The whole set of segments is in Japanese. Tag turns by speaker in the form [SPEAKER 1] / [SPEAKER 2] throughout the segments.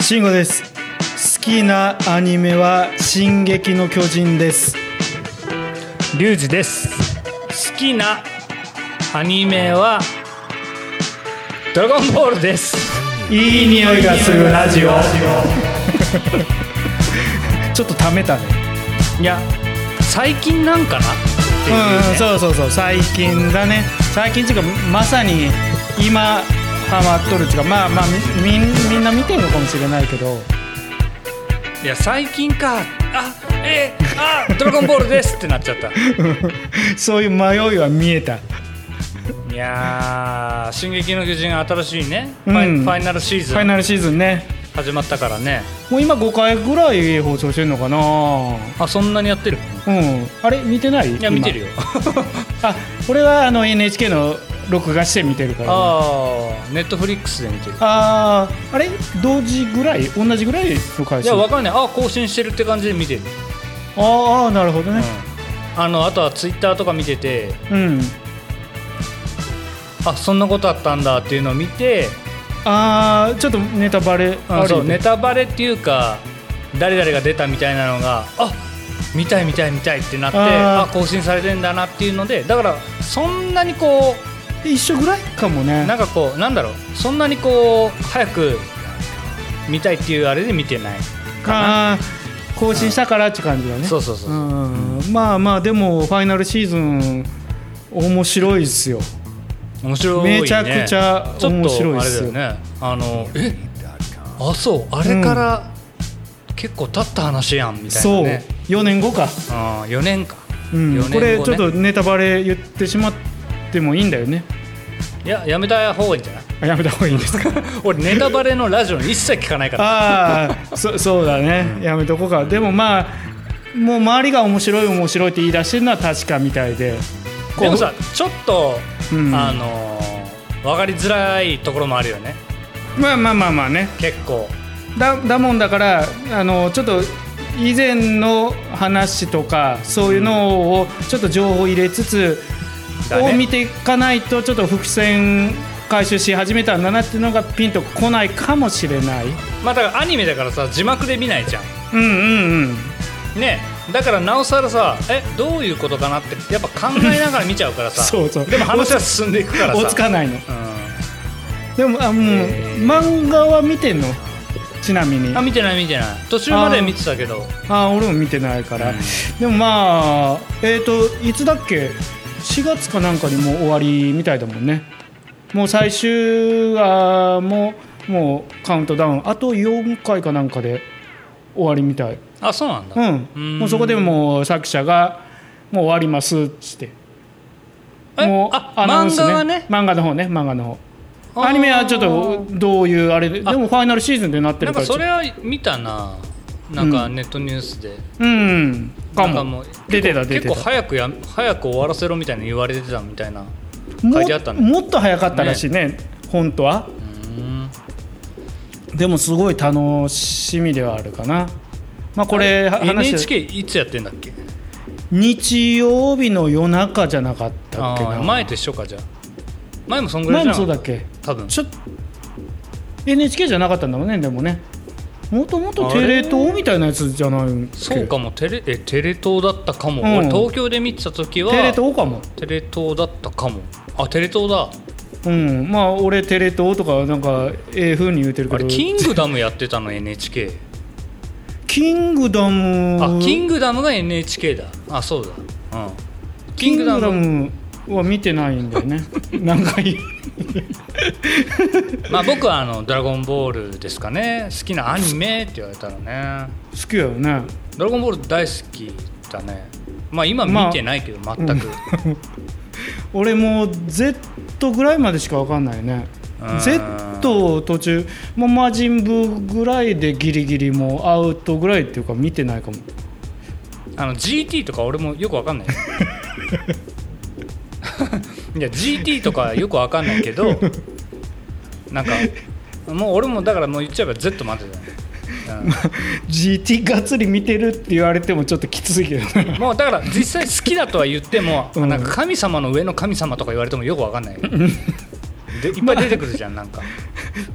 [SPEAKER 1] 慎吾です好きなアニメは「進撃の巨人」です
[SPEAKER 2] リュウジです好きなアニメは「ドラゴンボール」です
[SPEAKER 1] いい匂いがするラジオちょっとためたね
[SPEAKER 2] いや最近なんかなっていう
[SPEAKER 1] うん、
[SPEAKER 2] ね
[SPEAKER 1] そうそうそう最近だね最近っていうかまさに今ハマっとるっていうかまあまあみみんみんな見てるのかもしれないけ ど
[SPEAKER 2] いや最近かあえー、あドラゴンボールですってなっちゃった
[SPEAKER 1] そういう迷いは見えた
[SPEAKER 2] いやー「進撃の巨人」新しいね、
[SPEAKER 1] うん
[SPEAKER 2] ファイファイナルシーズ
[SPEAKER 1] ファイ
[SPEAKER 2] ン
[SPEAKER 1] ナルシーズンね
[SPEAKER 2] 始まったからね
[SPEAKER 1] もう今5回ぐらい放送してるのかな
[SPEAKER 2] あそんなにやってる
[SPEAKER 1] うんあれ見てない
[SPEAKER 2] いや
[SPEAKER 1] 今
[SPEAKER 2] 見てるよ
[SPEAKER 1] あ俺はあの NHK の録画して見てるからあ
[SPEAKER 2] ああネットフリックスで見てる
[SPEAKER 1] あーあれ同時ぐらい同じぐらいの回
[SPEAKER 2] いやわかんないあ更新してるって感じで見てる、
[SPEAKER 1] あーあーなるほどね
[SPEAKER 2] あのあとはツイッターとか見てて
[SPEAKER 1] うん、
[SPEAKER 2] あそんなことあったんだっていうのを見て
[SPEAKER 1] ああちょっとネタバレ
[SPEAKER 2] あ
[SPEAKER 1] あり
[SPEAKER 2] そうネタバレっていうか誰々が出たみたいなのがあ見たい見たい見たいってなって
[SPEAKER 1] あ
[SPEAKER 2] あ
[SPEAKER 1] ー
[SPEAKER 2] 更新されてんだなっていうのでだからそんなにこ
[SPEAKER 1] 一緒ぐらいかも
[SPEAKER 2] う
[SPEAKER 1] ね
[SPEAKER 2] なんかこうなんだろうそんなにこう早く見たいっていうあれで見てないかな
[SPEAKER 1] あー更新したからって感じだね
[SPEAKER 2] そうそうそう、
[SPEAKER 1] うんまあまあでもファイナルシーズン面白いですよ
[SPEAKER 2] 面白いね
[SPEAKER 1] めちゃくちゃ
[SPEAKER 2] ちょっ
[SPEAKER 1] 面白い
[SPEAKER 2] と
[SPEAKER 1] っ
[SPEAKER 2] あれ
[SPEAKER 1] すよ
[SPEAKER 2] だよねあのえあそうあれから、結構経った話やんみたいな
[SPEAKER 1] そう
[SPEAKER 2] ね
[SPEAKER 1] 4年後か、
[SPEAKER 2] そう4年か、
[SPEAKER 1] うん
[SPEAKER 2] 4年後ね
[SPEAKER 1] これちょっとネタバレ言ってしまってもいいんだよね
[SPEAKER 2] いややめた方がいいんじゃない
[SPEAKER 1] あやめた方がいいんですか
[SPEAKER 2] 俺ネタバレのラジオに一切聞かないから
[SPEAKER 1] ああそそうだねやめとこうかでもまあもう周りが面白い面白いって言い出してるのは確かみたいでこう
[SPEAKER 2] でもさちょっと、
[SPEAKER 1] うん
[SPEAKER 2] あの分かりづらいところもあるよね
[SPEAKER 1] まあまあまあまあね
[SPEAKER 2] 結構
[SPEAKER 1] だだもんだからあのちょっと以前の話とかそういうのをちょっと情報を入れつつ、
[SPEAKER 2] だね
[SPEAKER 1] を見ていかないとちょっと伏線回収し始めたんだなっていうのがピンとこないかもしれない
[SPEAKER 2] まあだからアニメだからさ字幕で見ないじゃん
[SPEAKER 1] うんうんうん
[SPEAKER 2] ねだからなおさらさえどういうことかなってやっぱ考えながら見ちゃうから さ
[SPEAKER 1] そうそう
[SPEAKER 2] でも話は進んでいくからさ
[SPEAKER 1] おつかないの
[SPEAKER 2] う
[SPEAKER 1] でもあもう
[SPEAKER 2] えー
[SPEAKER 1] 漫画は見てんのちなみに
[SPEAKER 2] ん、あ見てない見てない途中まで見てたけど
[SPEAKER 1] あ俺も見てないから、
[SPEAKER 2] うん
[SPEAKER 1] でもまあえっ、といつだっけ4月かなんかにもう終わりみたいだもんねもう最終話ももうカウントダウンあと4回かなんかで終わりみたい
[SPEAKER 2] あそうなんだ、
[SPEAKER 1] うん
[SPEAKER 2] うん
[SPEAKER 1] もうそこでもう作者が「もう終わります」っつって
[SPEAKER 2] え
[SPEAKER 1] もう
[SPEAKER 2] あ
[SPEAKER 1] アナウンス
[SPEAKER 2] 漫画はね
[SPEAKER 1] 漫画の方ね漫画の方
[SPEAKER 2] あー
[SPEAKER 1] アニメはちょっとどういうあれでで
[SPEAKER 2] あ
[SPEAKER 1] もファイナルシーズンでなって
[SPEAKER 2] な
[SPEAKER 1] る
[SPEAKER 2] ん
[SPEAKER 1] か
[SPEAKER 2] からそれは見たななんかネットニュースで、
[SPEAKER 1] うんか
[SPEAKER 2] なんか
[SPEAKER 1] も
[SPEAKER 2] もう
[SPEAKER 1] 出てた出て
[SPEAKER 2] 結
[SPEAKER 1] た
[SPEAKER 2] 構早くや早く終わらせろみたいな言われてたみたいな
[SPEAKER 1] も
[SPEAKER 2] 書いてあったね
[SPEAKER 1] もっと早かったらしいね本当は
[SPEAKER 2] うん
[SPEAKER 1] でもすごい楽しみではあるかなまあこれは話して
[SPEAKER 2] NHK いつやってんだっけ
[SPEAKER 1] 日曜日の夜中じゃなかったっけ
[SPEAKER 2] あ
[SPEAKER 1] な
[SPEAKER 2] ー前と一緒かじゃあ前もそんぐら
[SPEAKER 1] 前も
[SPEAKER 2] いじゃ
[SPEAKER 1] そうんだっけ
[SPEAKER 2] 多分
[SPEAKER 1] ちょ NHK じゃなかったんだもんねでもねもともとテレ東みたいなやつじゃないっけ
[SPEAKER 2] そうかもテレえテレ東だったかも、
[SPEAKER 1] うん
[SPEAKER 2] 俺東京で見てた時は
[SPEAKER 1] テレ東かも
[SPEAKER 2] テレ東だったかもあテレ東だ
[SPEAKER 1] うんまあ俺テレ東とかなんかええふうに言うてる
[SPEAKER 2] あ
[SPEAKER 1] け
[SPEAKER 2] れ
[SPEAKER 1] ど
[SPEAKER 2] キングダムやってたの NHK
[SPEAKER 1] キングダム
[SPEAKER 2] あキングダムが NHK だあそうだうんキ
[SPEAKER 1] キ
[SPEAKER 2] ン
[SPEAKER 1] ン
[SPEAKER 2] グ
[SPEAKER 1] グ
[SPEAKER 2] ダ
[SPEAKER 1] ダ
[SPEAKER 2] ム
[SPEAKER 1] ムは見てないんだよ ねなんかいい
[SPEAKER 2] まあ僕はあの「ドラゴンボール」ですかね好きなアニメって言われたらね
[SPEAKER 1] 好きだよね
[SPEAKER 2] 「ドラゴンボール」大好きだねまあ今
[SPEAKER 1] まあ
[SPEAKER 2] 見てないけど全く、
[SPEAKER 1] 俺もう Z ぐらいまでしか分かんないね
[SPEAKER 2] うーん
[SPEAKER 1] Z 途中もう魔人ブーぐらいでギリギリもうアウトぐらいっていうか見てないかも
[SPEAKER 2] あの GT とか俺もよくわ かんないいや GT とかよくわかんないけどなんかもう俺もだからもう言っちゃえば Z までだよね、うん
[SPEAKER 1] GT がっつり見てるって言われてもちょっときついけど ね
[SPEAKER 2] もうだから実際好きだとは言っても、
[SPEAKER 1] うん
[SPEAKER 2] なんか神様の上の神様とか言われてもよくわかんない、でいっぱい出てくるじゃんなんか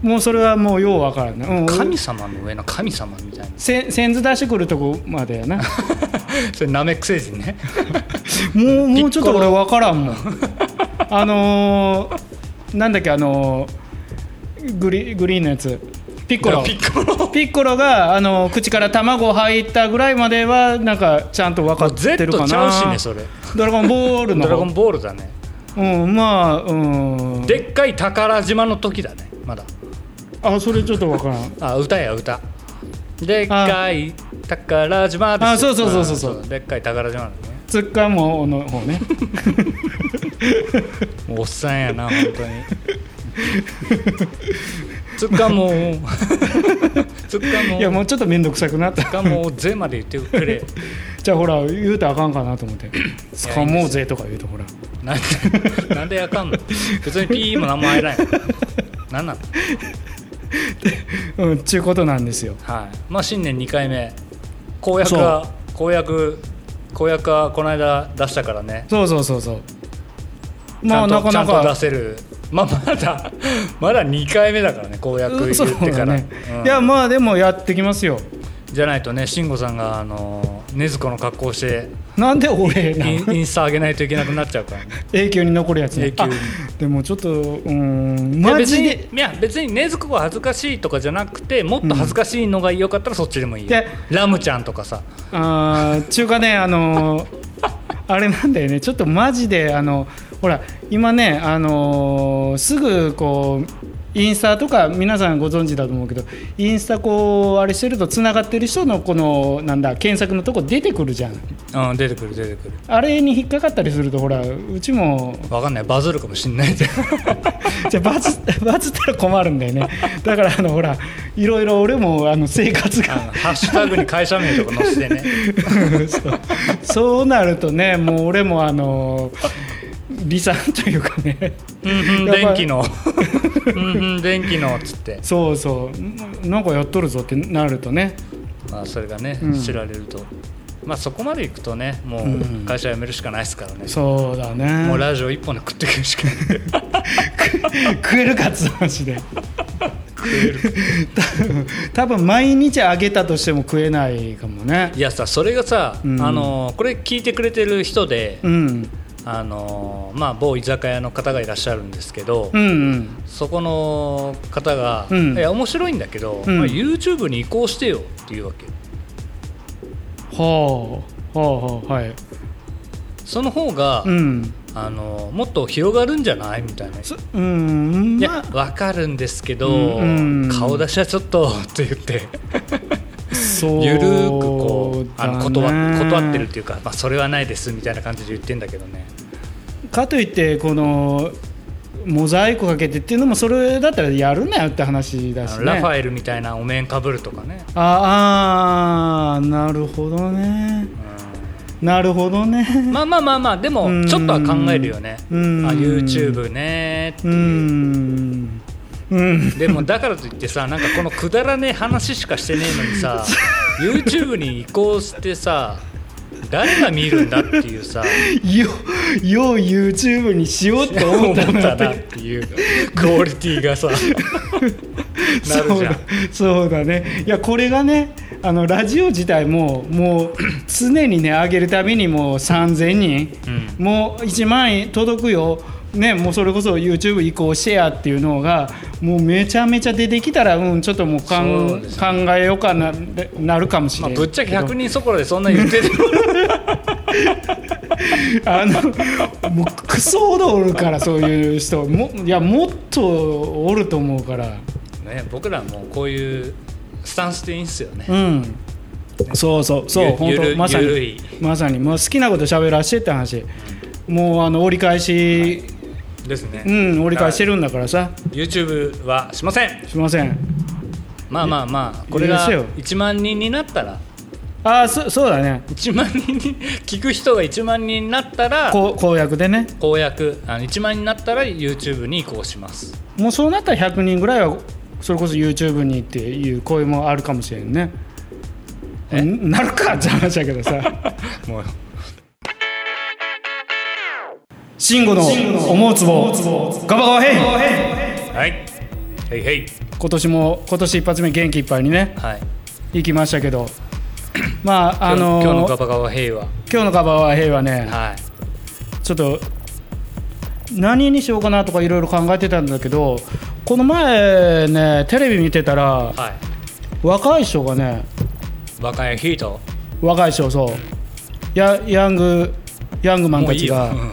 [SPEAKER 1] もうそれはもうようわからんない、うん、
[SPEAKER 2] 神様の上の神様みたい な
[SPEAKER 1] せ先ず出してくるとこまでや な
[SPEAKER 2] それナメック星人ね
[SPEAKER 1] もうもうちょっと俺わからん もんあのー、なんだっけあのー、グリグリーンのやつピッコロ
[SPEAKER 2] ピッコロ
[SPEAKER 1] ピッコロがあの口から卵入ったぐらいまではなんかちゃんと分かってるかな。
[SPEAKER 2] Z ちゃうしねそれ
[SPEAKER 1] ドラゴンボールの。
[SPEAKER 2] ドラゴンボールだね
[SPEAKER 1] うんまあうん。
[SPEAKER 2] でっかい宝島の時だねまだ
[SPEAKER 1] あそれちょっと分からん。
[SPEAKER 2] あ歌や歌でっかい宝島です
[SPEAKER 1] あそうそうそうそうそうん
[SPEAKER 2] でっかい宝島だね
[SPEAKER 1] つっかもの方ね。
[SPEAKER 2] もうおっさんやな本 当につっ かもうつっかもう
[SPEAKER 1] いやもうちょっと面倒くさくなっ。
[SPEAKER 2] つったかもうぜまで言ってくれよ
[SPEAKER 1] じゃあほら言うたらあかんかなと 思って。つかもうぜとか言うとほら。
[SPEAKER 2] なんでなんであかんの別にピーも何も入らないなんなの
[SPEAKER 1] うんちゅうことなんですよ。
[SPEAKER 2] はいまあ新年2回目公約は公約公約はこの間出したからね
[SPEAKER 1] そうそうそうそう。
[SPEAKER 2] ち
[SPEAKER 1] ま
[SPEAKER 2] ゃ
[SPEAKER 1] あ
[SPEAKER 2] んと
[SPEAKER 1] なかな
[SPEAKER 2] ちゃんと出
[SPEAKER 1] か。
[SPEAKER 2] せるまあまだ まだ2回目だからね公約言
[SPEAKER 1] そう
[SPEAKER 2] ってか
[SPEAKER 1] だ
[SPEAKER 2] ら、
[SPEAKER 1] ね
[SPEAKER 2] う。ん
[SPEAKER 1] いやまあでもやってきますよ。
[SPEAKER 2] じゃないとね慎吾さんがあの禰豆子の格好をして
[SPEAKER 1] なんで俺な
[SPEAKER 2] インインスタ上げないといけなくなっちゃうから、ね、
[SPEAKER 1] 永久に残るやつね
[SPEAKER 2] 永久に
[SPEAKER 1] あでもちょっとうーん マジ
[SPEAKER 2] いや
[SPEAKER 1] で
[SPEAKER 2] 別にいや別に禰豆子が恥ずかしいとかじゃなくてもっと恥ずかしいのがよかったらそっちでもいいよ、
[SPEAKER 1] で
[SPEAKER 2] ラムちゃんとかさ
[SPEAKER 1] あー中華ねあのーあれなんだよねちょっとマジであのほら今ねあのーすぐこうインスタとか皆さんご存知だと思うけどインスタこうあれしてるとつながってる人のこのなんだ検索のとこ出てくるじゃん
[SPEAKER 2] うん出てくる出てくる
[SPEAKER 1] あれに引っかかったりするとほらうちも
[SPEAKER 2] わかんないバズるかもし んないぜ
[SPEAKER 1] じゃあバズバズったら困るんだよねだからあのほらいろいろ俺もあの生活が
[SPEAKER 2] あのハッシュタグに会社名とか載せ てね
[SPEAKER 1] そうそうなるとねもう俺もあの離散というかね
[SPEAKER 2] うんうん
[SPEAKER 1] やばい
[SPEAKER 2] 電気の うんうん電気のっつって、
[SPEAKER 1] そうそうなんかやっとるぞってなるとね
[SPEAKER 2] まあ、それがね、
[SPEAKER 1] うん
[SPEAKER 2] 知られるとまあそこまでいくとねも
[SPEAKER 1] う
[SPEAKER 2] うん会社辞めるしかないですからね、
[SPEAKER 1] そうだね
[SPEAKER 2] もうラジオ一本で食ってくるしかない
[SPEAKER 1] 食えるかって話で多分多分毎日あげたとしても食えないかもね
[SPEAKER 2] いやさそれがさ、
[SPEAKER 1] うん
[SPEAKER 2] あのこれ聞いてくれてる人で、
[SPEAKER 1] うん
[SPEAKER 2] あのまあ、某居酒屋の方がいらっしゃるんですけど、
[SPEAKER 1] うんうん
[SPEAKER 2] そこの方が、
[SPEAKER 1] うん
[SPEAKER 2] いや面白いんだけど、
[SPEAKER 1] うん
[SPEAKER 2] まあ YouTube に移行してよっていうわけ
[SPEAKER 1] はあはあはあはい
[SPEAKER 2] その方が、
[SPEAKER 1] うん
[SPEAKER 2] あのもっと広がるんじゃないみたいな。
[SPEAKER 1] そうん
[SPEAKER 2] い
[SPEAKER 1] ま
[SPEAKER 2] や
[SPEAKER 1] あ
[SPEAKER 2] 分かるんですけど、
[SPEAKER 1] うんうん
[SPEAKER 2] 顔出しはちょっとって言って
[SPEAKER 1] そう
[SPEAKER 2] ゆるーくこうあの断
[SPEAKER 1] だね
[SPEAKER 2] 断ってるっていうか、まあ、それはないですみたいな感じで言ってんだけどね
[SPEAKER 1] かといってこのモザイクかけてっていうのもそれだったらやるなよって話だ
[SPEAKER 2] あ
[SPEAKER 1] し
[SPEAKER 2] の
[SPEAKER 1] ね
[SPEAKER 2] ラファエルみたいなお面かぶるとかね、
[SPEAKER 1] ああーなるほどね
[SPEAKER 2] うん
[SPEAKER 1] なるほどね
[SPEAKER 2] まあまあまあまあでも
[SPEAKER 1] うん
[SPEAKER 2] ちょっとは考えるよねあ
[SPEAKER 1] うん
[SPEAKER 2] YouTube ね
[SPEAKER 1] うーんうん
[SPEAKER 2] でもだからといってさなんかこのくだらねえ話しかしてねえのに さ YouTube に移行してさ誰が見るんだっていうさ
[SPEAKER 1] よよう YouTube にしようって思
[SPEAKER 2] 思
[SPEAKER 1] っ
[SPEAKER 2] ったた
[SPEAKER 1] んだ
[SPEAKER 2] なっていうクオリティ がさなる
[SPEAKER 1] そう
[SPEAKER 2] じゃ
[SPEAKER 1] だ
[SPEAKER 2] ん
[SPEAKER 1] そうだねいやこれがねあのラジオ自体ももう 常にね上げるたびにもう3000人、
[SPEAKER 2] う
[SPEAKER 1] もう1万円届くよね、もうそれこそ YouTube 移行シェアっていうのがもうめちゃめちゃ出てきたら、うん、ちょっともうかん
[SPEAKER 2] そうです
[SPEAKER 1] 考えようかなでなるかもし
[SPEAKER 2] ま
[SPEAKER 1] れ
[SPEAKER 2] あ、
[SPEAKER 1] ない、
[SPEAKER 2] ぶっちゃけ100人そこらでそんな言ってる
[SPEAKER 1] あのもうクソほどおるからそういう人もいやもっとおると思うから
[SPEAKER 2] ね僕らもうこういうスタンスでいいんすよね
[SPEAKER 1] うんそうそうそう
[SPEAKER 2] ゆ
[SPEAKER 1] 本
[SPEAKER 2] ゆ
[SPEAKER 1] 当
[SPEAKER 2] る
[SPEAKER 1] まさ
[SPEAKER 2] ゆる
[SPEAKER 1] に
[SPEAKER 2] い
[SPEAKER 1] まさにもう好きなこと喋らせてって話もうあの折り返し、
[SPEAKER 2] ですね
[SPEAKER 1] うん折り返してるんだからさ
[SPEAKER 2] YouTube はしません
[SPEAKER 1] すいません
[SPEAKER 2] まあまあまあこれ
[SPEAKER 1] 許
[SPEAKER 2] が
[SPEAKER 1] せよ
[SPEAKER 2] 1万人になったら
[SPEAKER 1] ああそそうだね
[SPEAKER 2] 1万人に聞く人が1万人になったら
[SPEAKER 1] こう公約でね
[SPEAKER 2] 公約あの1万人になったら YouTube に移行します
[SPEAKER 1] もうそうなったら100人ぐらいはそれこそ YouTube にっていう声もあるかもしれんね
[SPEAKER 2] え
[SPEAKER 1] んなるかって話だけどさ
[SPEAKER 2] もう
[SPEAKER 1] 慎吾の思うつぼガバガバヘイ
[SPEAKER 2] はいへいへい
[SPEAKER 1] 今年も今年一発目元気いっぱいにね
[SPEAKER 2] はい
[SPEAKER 1] 行きましたけ どまああ
[SPEAKER 2] 今日
[SPEAKER 1] の
[SPEAKER 2] 今日のガバガバ平和
[SPEAKER 1] 今日のカバーは平和ね
[SPEAKER 2] はい
[SPEAKER 1] ちょっと何にしようかなとかいろいろ考えてたんだけどこの前ねテレビ見てたら
[SPEAKER 2] は
[SPEAKER 1] 若い人がね
[SPEAKER 2] いバカやヒート
[SPEAKER 1] 若い人そうヤヤングヤングマンたちが
[SPEAKER 2] もういいよ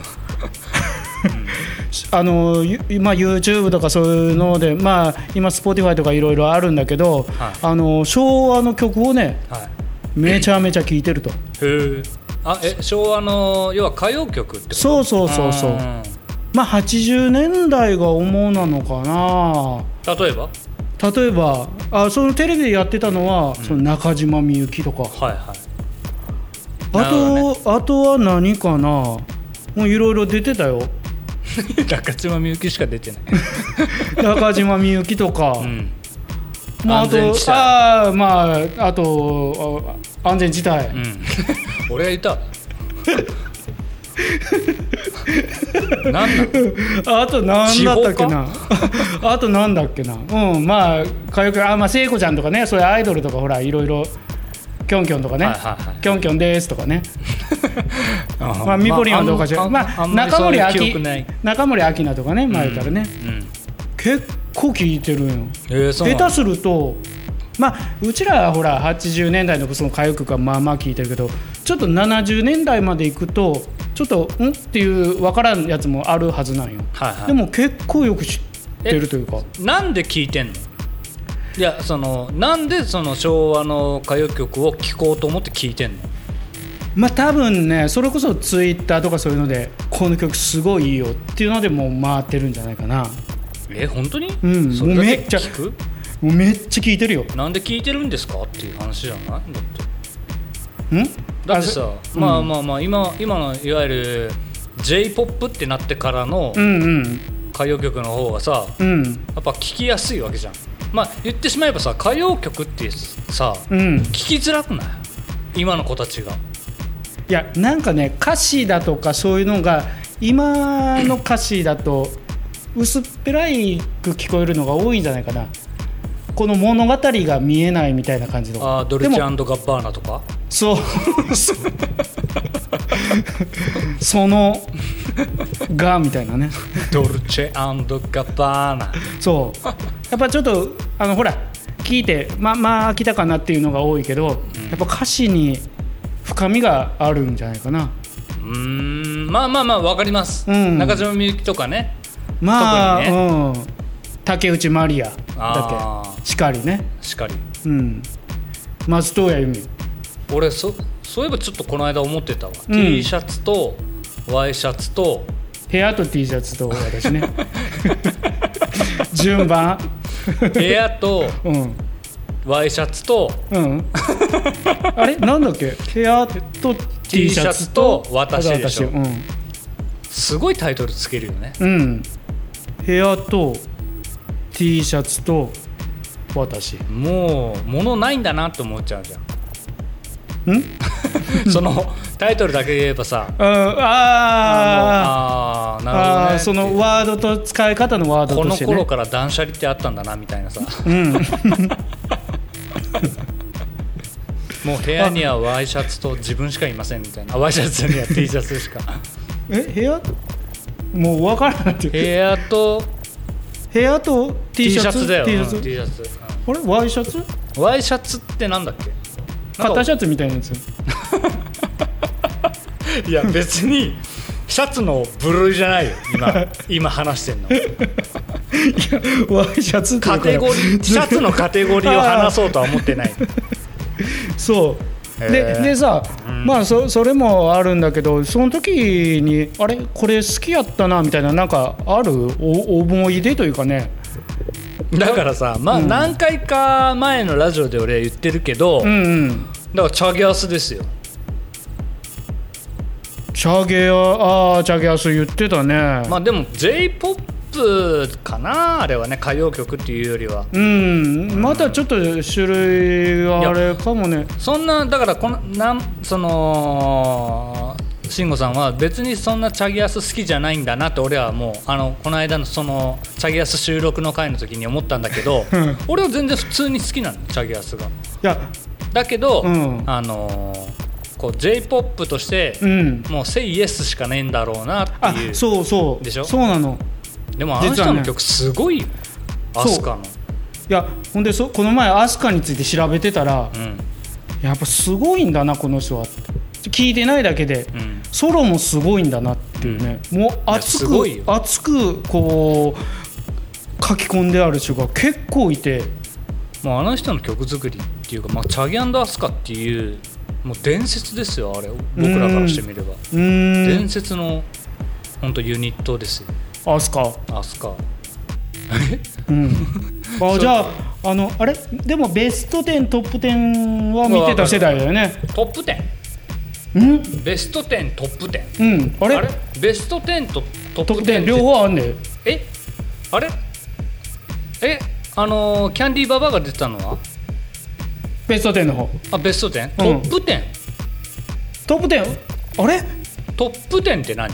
[SPEAKER 1] あの、ゆまあ、YouTube とかそういうので、まあ、今 Spotify とかいろいろあるんだけど、
[SPEAKER 2] はい
[SPEAKER 1] あの昭和の曲をね
[SPEAKER 2] うんはい
[SPEAKER 1] めちゃめちゃ聴いてると
[SPEAKER 2] へえあえ昭和の要は歌謡曲ってこと
[SPEAKER 1] そうそうそうそうんまあ80年代が主なのかな
[SPEAKER 2] 例えば
[SPEAKER 1] 例えばあそのテレビでやってたのは、その中島みゆきとか
[SPEAKER 2] はいはい
[SPEAKER 1] あ
[SPEAKER 2] なるほど
[SPEAKER 1] と,、あとは何かなもういろいろ出てたよ
[SPEAKER 2] 中島みゆきしか出てない、
[SPEAKER 1] 中島みゆきとか、
[SPEAKER 2] うん、
[SPEAKER 1] まあ、あ
[SPEAKER 2] 安全
[SPEAKER 1] と
[SPEAKER 2] 地帯
[SPEAKER 1] あーまああとあ安全地帯、
[SPEAKER 2] うん俺が 言ったわ何なの
[SPEAKER 1] あと何だったっけな あと何だっけなうんまあ歌謡曲あまあ聖子ちゃんとかねそういうアイドルとかほらいろいろキョンキョンとかね、
[SPEAKER 2] はいはいはい
[SPEAKER 1] キョンキョンですとかねま
[SPEAKER 2] ま
[SPEAKER 1] あ、ミポリンはどうかしら、まあ、中森明
[SPEAKER 2] 記憶ない、
[SPEAKER 1] 中森明菜とかね、まあ、言ったらね、
[SPEAKER 2] うん、
[SPEAKER 1] 結構聞いてるんよ
[SPEAKER 2] えー、そうな
[SPEAKER 1] 下
[SPEAKER 2] の
[SPEAKER 1] 手するとまあうちらはほら80年代のその歌謡曲はまあまあ聞いてるけどちょっと70年代まで行くとちょっとんっていう分からんやつもあるはずなんよ
[SPEAKER 2] はいはい、
[SPEAKER 1] でも結構よく知ってるというか
[SPEAKER 2] なんで聞いてんのいやそのなんでその昭和の歌謡曲を聴こうと思って聞いてんの
[SPEAKER 1] まあ多分ねそれこそツイッターとかそういうのでこの曲すごいいいよっていうのでもう回ってるんじゃないかなも
[SPEAKER 2] え本当に、
[SPEAKER 1] うん
[SPEAKER 2] それ
[SPEAKER 1] も
[SPEAKER 2] だ
[SPEAKER 1] うめ
[SPEAKER 2] け
[SPEAKER 1] っちゃ
[SPEAKER 2] 聞く
[SPEAKER 1] うめっちゃ聞いてるよん
[SPEAKER 2] なんで聞いてるんですかっていう話じゃないだってだ
[SPEAKER 1] あ
[SPEAKER 2] ってさ
[SPEAKER 1] そ
[SPEAKER 2] まあまあまあ今今のいわゆる j p o p ってなってからの
[SPEAKER 1] うんうん
[SPEAKER 2] 歌謡曲の方がさ
[SPEAKER 1] うん
[SPEAKER 2] やっぱ聞きやすいわけじゃんまあ言ってしまえばさ歌謡曲ってさ
[SPEAKER 1] うん
[SPEAKER 2] 聞きづらくない今の子たちが
[SPEAKER 1] いやなんかね歌詞だとかそういうのが今の歌詞だと薄っぺらいく聞こえるのが多いんじゃないかなこの物語が見えないみたいな感じの
[SPEAKER 2] あードルチェ
[SPEAKER 1] で
[SPEAKER 2] ガ
[SPEAKER 1] も
[SPEAKER 2] ッバーナとか
[SPEAKER 1] そうそうそのがみたいなね
[SPEAKER 2] ドルチェガッバーナ
[SPEAKER 1] そうやっぱちょっとあのほら聞いてまあまあ飽きたかなっていうのが多いけど、やっぱ歌詞に深みがあるんじゃないかな
[SPEAKER 2] うーんまあまあまあわかります、
[SPEAKER 1] うん
[SPEAKER 2] 中島みゆきとかね
[SPEAKER 1] まあ、
[SPEAKER 2] 特に
[SPEAKER 1] うん竹内まりやだ
[SPEAKER 2] あ
[SPEAKER 1] っけしかりね
[SPEAKER 2] あしかり
[SPEAKER 1] うん松任谷由実
[SPEAKER 2] 俺そそういえばちょっとこの間思ってたわ、
[SPEAKER 1] うん
[SPEAKER 2] T シャツとワイシャツと
[SPEAKER 1] ヘアと T シャツと私 ね順番
[SPEAKER 2] 部屋と
[SPEAKER 1] うん
[SPEAKER 2] ワイシャツと
[SPEAKER 1] うんあれなんだっけヘアと T シャツと
[SPEAKER 2] T シャツと私でしょ
[SPEAKER 1] あと私
[SPEAKER 2] すごいタイトルつけるよね
[SPEAKER 1] うん、うん、ヘアと T シャツと私ん
[SPEAKER 2] もう物ないんだなって思っちゃうじゃ んそのタイトルだけで言えばさ
[SPEAKER 1] あーあ
[SPEAKER 2] あー
[SPEAKER 1] ー
[SPEAKER 2] なるほど
[SPEAKER 1] あ
[SPEAKER 2] ね
[SPEAKER 1] ーそのワードと使い方のワード
[SPEAKER 2] ことの
[SPEAKER 1] してね
[SPEAKER 2] 頃から断捨離ってあったんだなみたいなさ
[SPEAKER 1] うん
[SPEAKER 2] もう部屋にはワイシャツと自分しかいませんみたいなあワイシャツには T シャツしか
[SPEAKER 1] え部屋もう分からないって
[SPEAKER 2] 部屋と
[SPEAKER 1] 部屋と T
[SPEAKER 2] T
[SPEAKER 1] シ
[SPEAKER 2] シ
[SPEAKER 1] ャ
[SPEAKER 2] ャ
[SPEAKER 1] ツ
[SPEAKER 2] ツだよ
[SPEAKER 1] T
[SPEAKER 2] う
[SPEAKER 1] シ
[SPEAKER 2] ん
[SPEAKER 1] ャ
[SPEAKER 2] T シ
[SPEAKER 1] ツ
[SPEAKER 2] ャツ
[SPEAKER 1] あれワイシャツ
[SPEAKER 2] うんワイシャツってなんだっけなん
[SPEAKER 1] 肩
[SPEAKER 2] か
[SPEAKER 1] シャツみたいなやつ
[SPEAKER 2] いや別にシャツの部類じゃないよ 今今話してんの
[SPEAKER 1] ワイシャツって言
[SPEAKER 2] カ
[SPEAKER 1] うから
[SPEAKER 2] テゴリー シャツのカテゴリーを話そうとは思ってない
[SPEAKER 1] そう
[SPEAKER 2] へー
[SPEAKER 1] ででさ、まあそそれもあるんだけどその時にあれこれ好きやったなみたいななんかあるお思い出というかね
[SPEAKER 2] だからさまあ何回か前のラジオで俺は言ってるけど、
[SPEAKER 1] うんうん
[SPEAKER 2] だからチャゲアスですよ
[SPEAKER 1] チャゲアあーチャゲアス言ってたね、
[SPEAKER 2] まあでも j p o p かなあれはね歌謡曲っていうよりは
[SPEAKER 1] うんまたちょっと種類があれかもね
[SPEAKER 2] そんなだからこのなんその慎吾さんは別にそんなチャギアス好きじゃないんだなって俺はもうあのこの間のそのチャギアス収録の回の時に思ったんだけど
[SPEAKER 1] うん
[SPEAKER 2] 俺は全然普通に好きなのチャギアスが
[SPEAKER 1] や
[SPEAKER 2] だけど、
[SPEAKER 1] うん
[SPEAKER 2] あのーこう j p o p として、
[SPEAKER 1] うん
[SPEAKER 2] もう「セイエスしかねえんだろうなって
[SPEAKER 1] あ
[SPEAKER 2] いう
[SPEAKER 1] そうそう
[SPEAKER 2] でしょ
[SPEAKER 1] そうなの
[SPEAKER 2] でもあの
[SPEAKER 1] 実
[SPEAKER 2] 人
[SPEAKER 1] はね
[SPEAKER 2] の曲すごいよ、
[SPEAKER 1] そう
[SPEAKER 2] アスカの、
[SPEAKER 1] いやほんでそこの前アスカについて調べてたら
[SPEAKER 2] うん
[SPEAKER 1] やっぱすごいんだなこの人は聞いてないだけで
[SPEAKER 2] うん、
[SPEAKER 1] ソロもすごいんだなっていうね、もう熱
[SPEAKER 2] いやすご
[SPEAKER 1] く
[SPEAKER 2] いよ
[SPEAKER 1] 熱くこう書き込んである人が結構いて
[SPEAKER 2] もうあの人の曲作りっていうか、まあ、チャギアスカっていうもう伝説ですよあれ僕らからしてみれば、
[SPEAKER 1] うー
[SPEAKER 2] 伝
[SPEAKER 1] ん
[SPEAKER 2] 説の本当ユニットですよ
[SPEAKER 1] アスカ
[SPEAKER 2] アスカ
[SPEAKER 1] うん
[SPEAKER 2] そ
[SPEAKER 1] あ
[SPEAKER 2] う
[SPEAKER 1] じゃああのあれでもベスト10トップ10は見てた世代だよね
[SPEAKER 2] トップ10
[SPEAKER 1] うん
[SPEAKER 2] ベスト10トップ10
[SPEAKER 1] うんあれ
[SPEAKER 2] ベスト10とト
[SPEAKER 1] トッ
[SPEAKER 2] ッ
[SPEAKER 1] プ
[SPEAKER 2] プ10
[SPEAKER 1] 10両方あんね
[SPEAKER 2] えあれえあのーキャンディーババアが出てたのは
[SPEAKER 1] ベスト10の方
[SPEAKER 2] あベスト 10? ト
[SPEAKER 1] うん
[SPEAKER 2] ップ10、
[SPEAKER 1] トップ10あれ
[SPEAKER 2] トップ10って何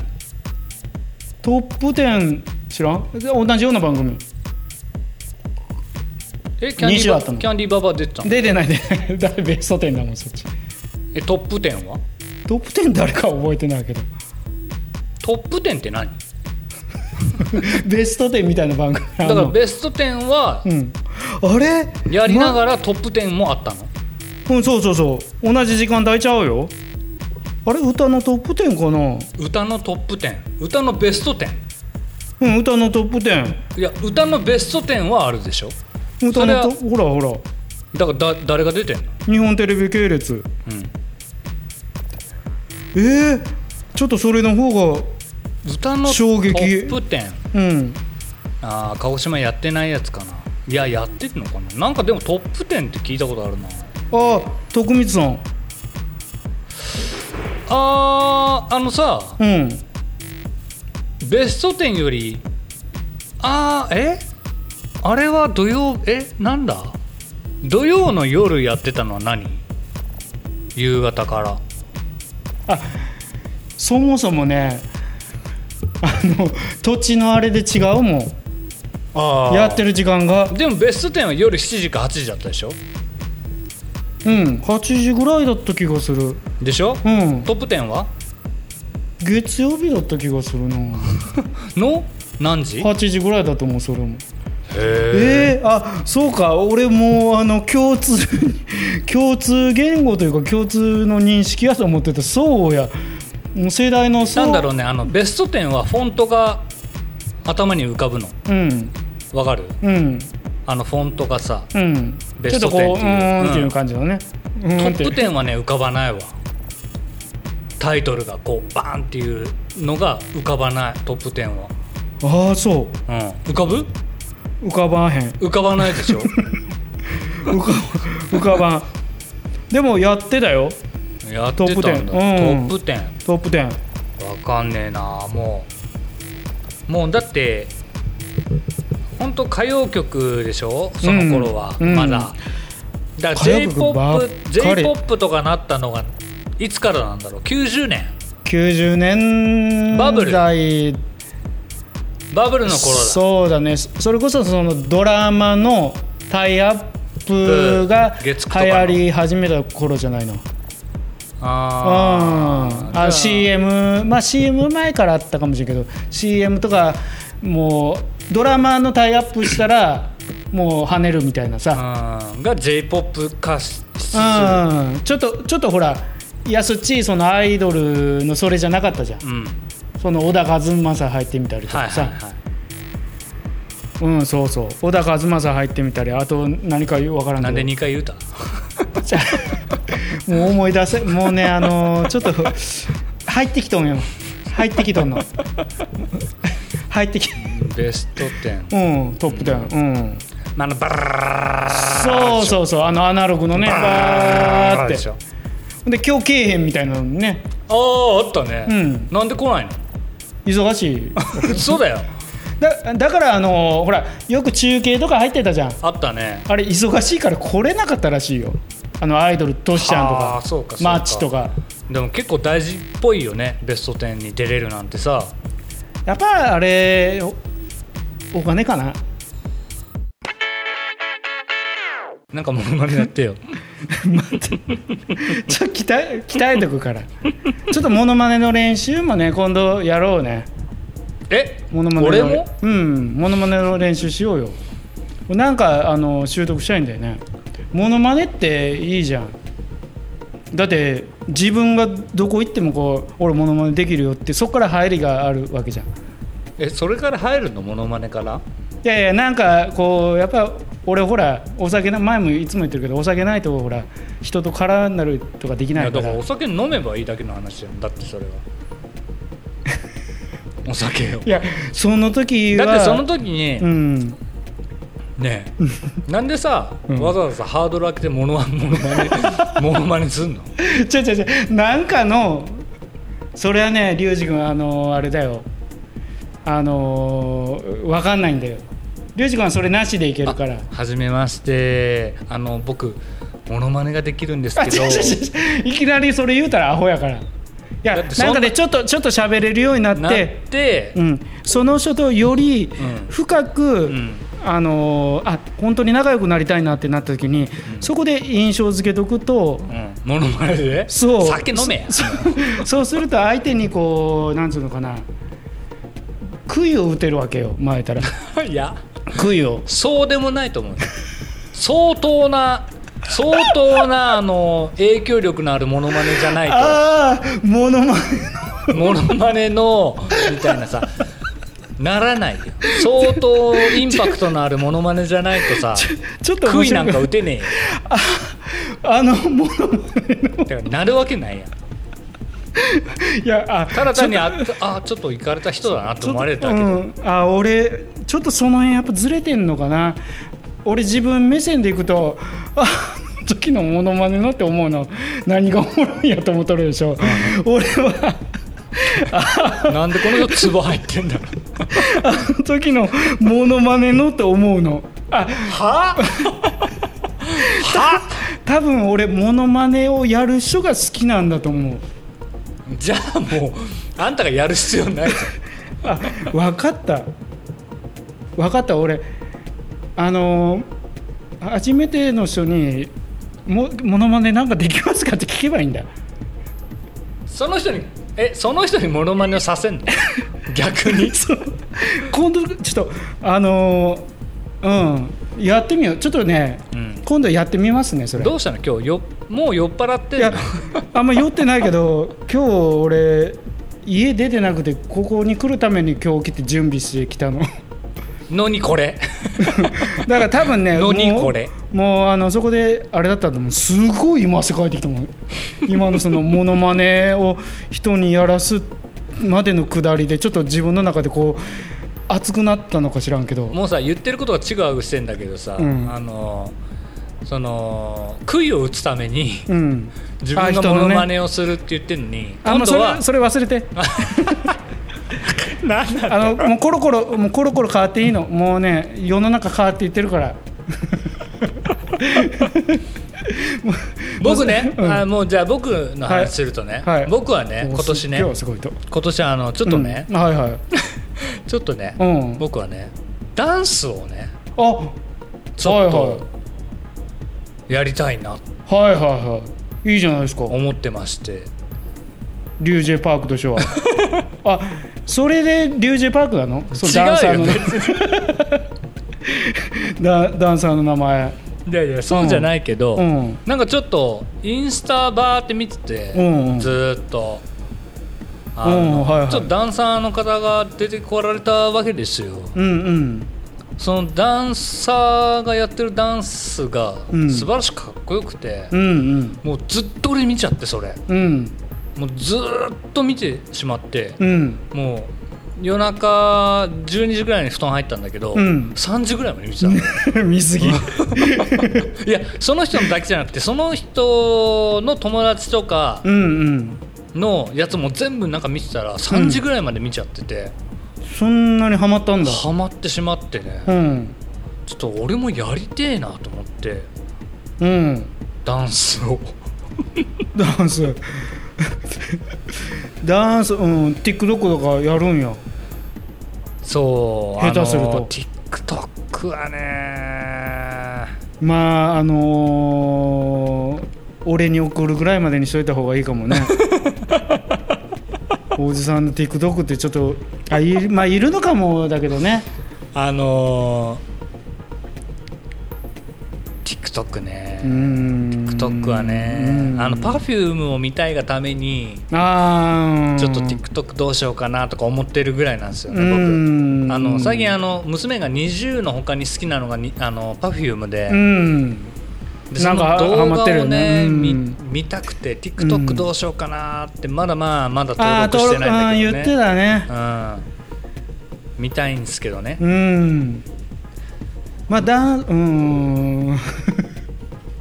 [SPEAKER 1] トップ10知らんで同じような番組
[SPEAKER 2] えキャンディ
[SPEAKER 1] 20
[SPEAKER 2] ー
[SPEAKER 1] だ
[SPEAKER 2] バ
[SPEAKER 1] ったの
[SPEAKER 2] キャンディーババア出てたの
[SPEAKER 1] 出てない で誰ベスト10だもんそっち
[SPEAKER 2] えトップ10は
[SPEAKER 1] トップ10誰か覚えてないけど
[SPEAKER 2] トップ10って何
[SPEAKER 1] ベスト10みたいな番組あ
[SPEAKER 2] だ
[SPEAKER 1] ん
[SPEAKER 2] か
[SPEAKER 1] の
[SPEAKER 2] らベスト10は
[SPEAKER 1] うん、あれ
[SPEAKER 2] やりな
[SPEAKER 1] ら、
[SPEAKER 2] がらトップ10もあったの、
[SPEAKER 1] まうん、そうそうそう同じ時間抱いちゃうよあれ歌のトップ10かな
[SPEAKER 2] 歌のトップ10歌のベスト10
[SPEAKER 1] うん歌のトップ10
[SPEAKER 2] いや歌のベスト10はあるでしょ
[SPEAKER 1] 歌
[SPEAKER 2] それ
[SPEAKER 1] の
[SPEAKER 2] は
[SPEAKER 1] トほらほら
[SPEAKER 2] だからだ誰が出てんの、
[SPEAKER 1] 日本テレビ系列
[SPEAKER 2] う
[SPEAKER 1] えー、ちょっとそれの方が
[SPEAKER 2] ん、歌のト
[SPEAKER 1] 衝
[SPEAKER 2] ッ
[SPEAKER 1] 撃
[SPEAKER 2] プ10
[SPEAKER 1] うん
[SPEAKER 2] ああ鹿児島やってないやつかないややってるのかななんかでもトップ10って聞いたことあるな
[SPEAKER 1] あ徳光さん
[SPEAKER 2] あーあのさ
[SPEAKER 1] うん
[SPEAKER 2] ベスト10よりああえあれは土曜えなんだ土曜の夜やってたのは何夕方から
[SPEAKER 1] そもそもねあの土地のあれで違うもん
[SPEAKER 2] あ
[SPEAKER 1] やってる時間が
[SPEAKER 2] でもベスト10は夜7時か8時だったでしょ
[SPEAKER 1] うん8時ぐらいだった気がする
[SPEAKER 2] でしょ、
[SPEAKER 1] うん
[SPEAKER 2] トップ10は
[SPEAKER 1] 月曜日だった気がするな
[SPEAKER 2] の何時
[SPEAKER 1] 8時ぐらいだと思うそれも
[SPEAKER 2] え
[SPEAKER 1] えー、あそうか俺もうあの共通 共通言語というか共通の認識やと思ってたそうやもう世代のそう
[SPEAKER 2] なんだろうねあのベスト10はフォントが頭に浮かぶの
[SPEAKER 1] うん
[SPEAKER 2] わかる
[SPEAKER 1] うん
[SPEAKER 2] あのフォントがさ
[SPEAKER 1] うん
[SPEAKER 2] ベ
[SPEAKER 1] ちょ
[SPEAKER 2] ス
[SPEAKER 1] っ
[SPEAKER 2] ト
[SPEAKER 1] とこ
[SPEAKER 2] 10
[SPEAKER 1] うう
[SPEAKER 2] って
[SPEAKER 1] ーんって
[SPEAKER 2] いうう
[SPEAKER 1] い
[SPEAKER 2] ん
[SPEAKER 1] う感じのねう
[SPEAKER 2] ト
[SPEAKER 1] ーんっ
[SPEAKER 2] ッ
[SPEAKER 1] て
[SPEAKER 2] プ10はね浮かばないわタイトルがこうバーンっていうのが浮かばないトップ10は、
[SPEAKER 1] ああそ
[SPEAKER 2] うん、浮かぶ
[SPEAKER 1] う浮かばんへん
[SPEAKER 2] 浮かばないで しょ
[SPEAKER 1] 浮か浮かばんでもやってたよ
[SPEAKER 2] やって
[SPEAKER 1] ト
[SPEAKER 2] たんだ
[SPEAKER 1] ップ10うん
[SPEAKER 2] トップ10
[SPEAKER 1] トップ10
[SPEAKER 2] わかんねえなもうもうだって本当歌謡曲でしょその頃は、
[SPEAKER 1] うん
[SPEAKER 2] まだだから
[SPEAKER 1] 歌謡
[SPEAKER 2] j p
[SPEAKER 1] 曲ばっ
[SPEAKER 2] o
[SPEAKER 1] か
[SPEAKER 2] p
[SPEAKER 1] り
[SPEAKER 2] j p o p とかなったのがいつからなんだろう90年
[SPEAKER 1] 90年
[SPEAKER 2] バブル
[SPEAKER 1] 代
[SPEAKER 2] バブルの頃だ
[SPEAKER 1] そうだねそれこそそのドラマのタイアップが
[SPEAKER 2] うん
[SPEAKER 1] 流
[SPEAKER 2] 月9とかの
[SPEAKER 1] 行り始めた頃じゃないの
[SPEAKER 2] あー
[SPEAKER 1] あ
[SPEAKER 2] じゃ
[SPEAKER 1] あ CM まあ CM 前からあったかもしれないけど CM とかもうドラマのタイアップしたらもう跳ねるみたいなさ
[SPEAKER 2] うんが j p o p 化しする
[SPEAKER 1] うんちょっとちょっとほら安っちいそのアイドルのそれじゃなかったじゃん
[SPEAKER 2] うん
[SPEAKER 1] その小田和正入ってみたりと
[SPEAKER 2] はい
[SPEAKER 1] かさ、
[SPEAKER 2] はいはい
[SPEAKER 1] うんそうそう小田和正入ってみたりあと何かわからん
[SPEAKER 2] な
[SPEAKER 1] け
[SPEAKER 2] ん
[SPEAKER 1] ど
[SPEAKER 2] で2回言うた
[SPEAKER 1] じゃあもう思い出せもうねあのちょっと入ってきとんよ入ってきとんの入ってき
[SPEAKER 2] ベスト10
[SPEAKER 1] うんトップ10うん
[SPEAKER 2] あのバラ
[SPEAKER 1] そうそうそうあのアナログのねバーっ
[SPEAKER 2] で
[SPEAKER 1] て
[SPEAKER 2] しょ
[SPEAKER 1] で今日けえへんみたいなのね
[SPEAKER 2] あああったね、
[SPEAKER 1] うん
[SPEAKER 2] なんで来ないの
[SPEAKER 1] 忙しい
[SPEAKER 2] そうだよ
[SPEAKER 1] だだからあのほらよく中継とか入ってたじゃん
[SPEAKER 2] あったね
[SPEAKER 1] あれ忙しいから来れなかったらしいよあのアイドルトシちゃんと
[SPEAKER 2] あーそう
[SPEAKER 1] か
[SPEAKER 2] かそうか
[SPEAKER 1] マッチとか
[SPEAKER 2] でも結構大事っぽいよねベスト10に出れるなんてさ
[SPEAKER 1] やっぱあれおお金かな
[SPEAKER 2] なんかモノマネやってよ
[SPEAKER 1] 待ってちょっと鍛え鍛えとくからちょっとモノマネの練習もね今度やろうね
[SPEAKER 2] え
[SPEAKER 1] モノマネの
[SPEAKER 2] 俺も
[SPEAKER 1] うんモノマネの練習しようよなんかあの習得したいんだよねモノマネっていいじゃんだって自分がどこ行ってもこう俺モノマネできるよってそこから入りがあるわけじゃんい
[SPEAKER 2] えそれから入るのモノマネから
[SPEAKER 1] やいやなんかこうやっぱ俺ほらお酒な前もいつも言ってるけどお酒ないとほら人と絡んだりとかでき
[SPEAKER 2] い
[SPEAKER 1] な
[SPEAKER 2] や
[SPEAKER 1] いか
[SPEAKER 2] だ
[SPEAKER 1] ら
[SPEAKER 2] からお酒飲めばいいだけの話じゃんだってそ れはお酒を
[SPEAKER 1] いやその時は
[SPEAKER 2] だってその時に、
[SPEAKER 1] うん
[SPEAKER 2] ねえなんでさ、
[SPEAKER 1] うん
[SPEAKER 2] わざわざハードル開けてモノマネモ ノマネモノマネすんの
[SPEAKER 1] ちょちょちょなんかのそれはね龍二君あのあれだよあのわかんないんだよ龍二君はそれなしでいけるから
[SPEAKER 2] はじめましてあの僕モノマネができるんです
[SPEAKER 1] あ
[SPEAKER 2] けど
[SPEAKER 1] 違う違う違ういきなりそれ言うたらアホやからいや
[SPEAKER 2] だってそん
[SPEAKER 1] な
[SPEAKER 2] なん
[SPEAKER 1] かねちょっとちょっと喋れるようになって
[SPEAKER 2] なって、
[SPEAKER 1] うん、その人とより
[SPEAKER 2] ん
[SPEAKER 1] 深く、
[SPEAKER 2] うん
[SPEAKER 1] あのあ本当に仲良くなりたいなってなった時に、そこで印象付けとくと
[SPEAKER 2] うんモノマネで
[SPEAKER 1] そう
[SPEAKER 2] 酒飲めや
[SPEAKER 1] そそうすると相手にこうなんつうのかな杭を打てるわけよ前たら
[SPEAKER 2] いや
[SPEAKER 1] 杭 を
[SPEAKER 2] そうでもないと思う相当な相当なあの影響力のあるモノマネじゃないと
[SPEAKER 1] ああモノマネ
[SPEAKER 2] モノマネのみたいなさならないよ相当インパクトのあるモノマネじゃないとさ
[SPEAKER 1] ちょっと面
[SPEAKER 2] 杭
[SPEAKER 1] 白
[SPEAKER 2] なん
[SPEAKER 1] く
[SPEAKER 2] か打てね
[SPEAKER 1] ああのモノマネ
[SPEAKER 2] えよだからなるわけないやん
[SPEAKER 1] のいやあ
[SPEAKER 2] ただ単にああちょっと行かれた人だなと思われるだけ
[SPEAKER 1] う
[SPEAKER 2] で
[SPEAKER 1] ん、あ俺ちょっとその辺やっぱずれてんのかな俺自分目線でいくとああの時のモノマネのって思うの何がおもろいんやと思っとるでしょ、俺は
[SPEAKER 2] なんでこの人ツボ入ってんだろう
[SPEAKER 1] あの時のモノマネのって思うのあ
[SPEAKER 2] はは
[SPEAKER 1] 多分俺モノマネをやる人が好きなんだと思う
[SPEAKER 2] じゃあもうあんたがやる必要ないじ
[SPEAKER 1] あ分かった分かった俺あの初めての人にもモノマネなんかできますかって聞けばいいん だ
[SPEAKER 2] ゃんその人にえその人にモノマネをさせ んの逆に
[SPEAKER 1] そう今度ちょっとあのうんやってみようちょっとね、
[SPEAKER 2] うん
[SPEAKER 1] 今度やってみますねそれ
[SPEAKER 2] どうしたの今日よもう酔っ払って
[SPEAKER 1] い
[SPEAKER 2] んの
[SPEAKER 1] やあんま酔ってないけど今日俺家出てなくてここに来るために今日来て準備してき たのだ
[SPEAKER 2] のにこれ
[SPEAKER 1] から多分ね
[SPEAKER 2] のに
[SPEAKER 1] もう
[SPEAKER 2] これ
[SPEAKER 1] もうあのそこであれだったと思うすごい今汗かいてきたもん今のそのモノマネを人にやらすまでのくだりでちょっと自分の中でこう熱くなったのか知らんけど
[SPEAKER 2] もうさ言ってることが違うしてんだけどさ、
[SPEAKER 1] うん
[SPEAKER 2] あのその杭を打つため に
[SPEAKER 1] うん
[SPEAKER 2] 自分
[SPEAKER 1] あ
[SPEAKER 2] が
[SPEAKER 1] 人
[SPEAKER 2] モ
[SPEAKER 1] の
[SPEAKER 2] ノ
[SPEAKER 1] ね
[SPEAKER 2] マネをするって言ってるのに、
[SPEAKER 1] あも
[SPEAKER 2] 今
[SPEAKER 1] う
[SPEAKER 2] 度
[SPEAKER 1] そ
[SPEAKER 2] は
[SPEAKER 1] れそれ忘れて
[SPEAKER 2] なんだ
[SPEAKER 1] あのもうコロコロもうコロコロ変わっていいのもうね世の中変わっていってるから
[SPEAKER 2] 僕ね、
[SPEAKER 1] うん
[SPEAKER 2] あもうじゃあ僕の話するとね、
[SPEAKER 1] はい
[SPEAKER 2] 僕はね
[SPEAKER 1] お
[SPEAKER 2] 今年ね
[SPEAKER 1] すっげえすごいと
[SPEAKER 2] 今年あのちょっとね、
[SPEAKER 1] うんはいはい
[SPEAKER 2] ちょっとね、
[SPEAKER 1] うん
[SPEAKER 2] 僕はねダンスをね
[SPEAKER 1] あ
[SPEAKER 2] ちょっ
[SPEAKER 1] はいは
[SPEAKER 2] とやりたいなと
[SPEAKER 1] はいはいはいいいじゃないですか
[SPEAKER 2] 思ってまして
[SPEAKER 1] リュージェパークとしては あそれでリュージェパークなのそのダンサ
[SPEAKER 2] 違
[SPEAKER 1] ー
[SPEAKER 2] う
[SPEAKER 1] の
[SPEAKER 2] よね
[SPEAKER 1] ダダンサーの名前
[SPEAKER 2] いやいやそうじゃないけど、
[SPEAKER 1] うん
[SPEAKER 2] なんかちょっとインスタバーって見てて、
[SPEAKER 1] うんうん
[SPEAKER 2] ずーっと。あの
[SPEAKER 1] うんはいはい
[SPEAKER 2] ちょっとダンサーの方が出てこられたわけですよ
[SPEAKER 1] うんうん
[SPEAKER 2] そのダンサーがやってるダンスが
[SPEAKER 1] うん
[SPEAKER 2] 素晴らしくかっこよくて
[SPEAKER 1] う、ん
[SPEAKER 2] もうずっと俺見ちゃってそれ
[SPEAKER 1] うんうん
[SPEAKER 2] もうずーっと見てしまって、
[SPEAKER 1] うん
[SPEAKER 2] もう夜中12時ぐらいに布団入ったんだけど、
[SPEAKER 1] うん
[SPEAKER 2] 3時ぐらいまで 見てたの
[SPEAKER 1] 見すぎ
[SPEAKER 2] いやその人のだけじゃなくてその人の友達とか
[SPEAKER 1] うんうん
[SPEAKER 2] のやつも全部なんか見てたら3時ぐらいまで見ちゃってて、
[SPEAKER 1] そんなにハマったんだ
[SPEAKER 2] ハマってしまってね
[SPEAKER 1] うん
[SPEAKER 2] ちょっと俺もやりてえなと思って
[SPEAKER 1] うん
[SPEAKER 2] ダンスを
[SPEAKER 1] ダンスダンス、うん、TikTok とかやるんや
[SPEAKER 2] そう
[SPEAKER 1] 下手すると
[SPEAKER 2] あの TikTok はね
[SPEAKER 1] まああのー俺に送るぐらいまでにしといた方がいいかもね おじさんの TikTok ってちょっとあい,、まあ、いるのかもだけどね
[SPEAKER 2] あのー、TikTok ね、
[SPEAKER 1] うーん
[SPEAKER 2] TikTok はね
[SPEAKER 1] うん
[SPEAKER 2] あの Perfume を見たいがために
[SPEAKER 1] あー
[SPEAKER 2] ちょっと TikTok どうしようかなとか思ってるぐらいなんですよね
[SPEAKER 1] うん
[SPEAKER 2] 僕あの最近あの娘が NiziU の他に好きなのがにあの Perfume で,、
[SPEAKER 1] うん
[SPEAKER 2] でその
[SPEAKER 1] なんか
[SPEAKER 2] 動
[SPEAKER 1] ハマ
[SPEAKER 2] 画
[SPEAKER 1] っ
[SPEAKER 2] を
[SPEAKER 1] てる
[SPEAKER 2] ね
[SPEAKER 1] よねうん
[SPEAKER 2] 見見たくて TikTok どうしようかなってまだまあまだ
[SPEAKER 1] ああ
[SPEAKER 2] 登録してないんだ
[SPEAKER 1] 言っ
[SPEAKER 2] けど
[SPEAKER 1] て
[SPEAKER 2] ね
[SPEAKER 1] たね
[SPEAKER 2] うん、見たいんですけどね
[SPEAKER 1] うんまあだうーん